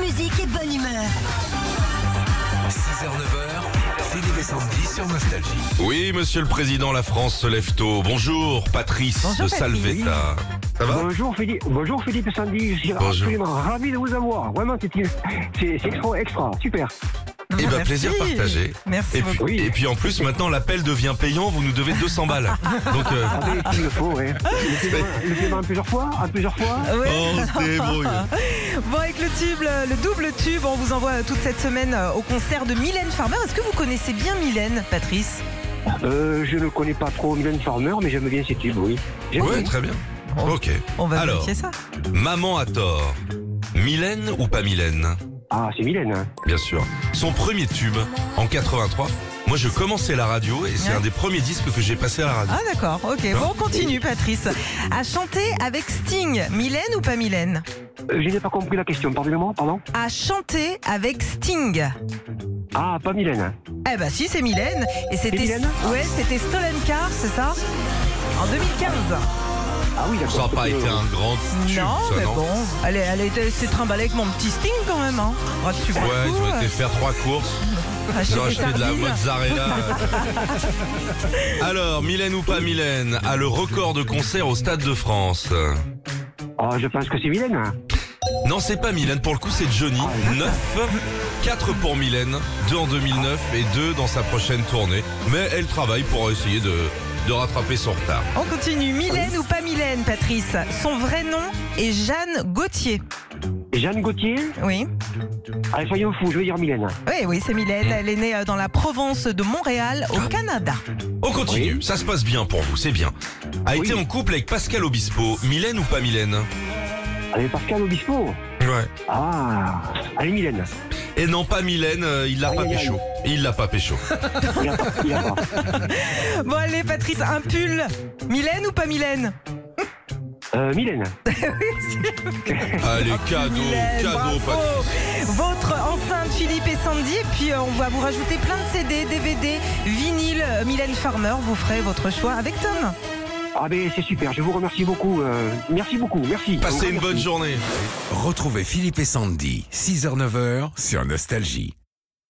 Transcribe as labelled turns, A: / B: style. A: musique et bonne humeur.
B: 6h, 9h, Philippe et Sandy sur Nostalgie.
C: Oui, monsieur le président, la France se lève tôt. Bonjour, Patrice
A: Bonjour,
C: de
A: Patrice.
C: Salvetta. Ça va
D: Bonjour Philippe, bonjour Philippe et Sandy, je suis
C: Bonjour.
D: absolument ravi de vous avoir. Vraiment, c'est c'est- c'est extra, extra, super.
C: Eh ben,
E: Merci.
C: plaisir partagé.
E: Merci
C: Et
E: beaucoup.
C: puis,
D: Oui.
C: et puis en plus, maintenant, l'appel devient payant, vous nous devez 200 balles. Donc, euh,
D: Ah ben, il le faut, ouais. Le paiement à plusieurs fois, à plusieurs fois.
E: Ouais.
C: oh, c'est bon.
E: Bon, avec le tube, le le double tube, on vous envoie toute cette semaine euh, au concert de Mylène Farmer. Est-ce que vous connaissez bien Mylène, Patrice
D: Euh, je ne connais pas trop Mylène Farmer, mais j'aime bien ces tubes, oui. J'aime
C: Ouais,
D: bien.
C: très bien. Ok.
E: On va
C: Alors.
E: vérifier ça.
C: Maman à tort. Mylène ou pas Mylène
D: Ah, c'est Mylène. hein.
C: Bien sûr. Son premier tube, en 83. Moi, je commençais la radio et c'est
E: Ouais.
C: un des premiers disques que j'ai passé à la radio.
E: Ah d'accord, ok. Bon, on continue, Patrice. À chanter avec Sting, Mylène ou pas Mylène
D: Euh, Je n'ai pas compris la question, pardonnez-moi, pardon.
E: À chanter avec Sting.
D: Ah, pas Mylène.
E: Eh ben si, c'est Mylène. Et c'était
D: Mylène
E: ouais, c'était Stolen Car, c'est ça En 2015.
D: Ah oui, d'accord.
C: Ça n'a pas
D: Euh,
C: été un grand tube,
E: non,
C: ça,
E: mais
C: non
E: bon, elle, est- elle, est- elle s'est trimballée avec mon petit Sting quand même. Hein. Ouais, tu vois
C: Ouais,
E: tout,
C: ils ont
E: euh,
C: été faire trois courses.
E: acheter
C: Ils ont
E: des
C: acheté de la
E: sardines.
C: mozzarella. Alors, Mylène ou pas Mylène a le record de concerts au Stade de France.
D: Ah, je pense que c'est Mylène.
C: Non, c'est pas Mylène, pour le coup, c'est Johnny.
D: Ah,
C: 9, 4 pour Mylène, 2 en 2009 et 2 dans sa prochaine tournée. Mais elle travaille pour essayer de, de rattraper son retard.
E: On continue. Mylène ou pas Mylène, Patrice Son vrai nom est Jeanne Gauthier.
D: Jeanne Gauthier.
E: Oui.
D: Allez, soyons fous, je vais dire Mylène.
E: Oui, oui, c'est
C: Mm.
E: Mylène. Elle est née euh, dans la Provence de Montréal,
C: Ah.
E: au Canada.
C: On continue, ça se passe bien pour vous, c'est bien. A été
D: Oui.
C: en couple avec Pascal Obispo, Mylène ou pas Mylène
D: Allez, Pascal Obispo.
C: Ouais.
D: Ah, allez Mylène.
C: Et non, pas Mylène, euh, il l'a
D: Aïe,
C: pas
D: aïe, aïe.
C: pécho. Il l'a pas pécho.
D: Il a pas, il a pas.
E: Bon, allez, Patrice, un pull. Mylène ou pas Mylène
D: Euh, Mylène.
C: Allez, cadeau,
E: Mylène,
C: cadeau,
E: bravo.
C: Patrice.
E: Votre enceinte Philippe et Sandy. Et puis, euh, on va vous rajouter plein de CD, DVD, vinyle. Euh, Mylène Farmer, vous ferez votre choix avec Tom.
D: Ah ben c'est super, je vous remercie beaucoup. euh, merci beaucoup, merci.
C: Passez une bonne
D: Merci.
C: journée.
B: Retrouvez Philippe et Sandy, 6h, 9h sur Nostalgie.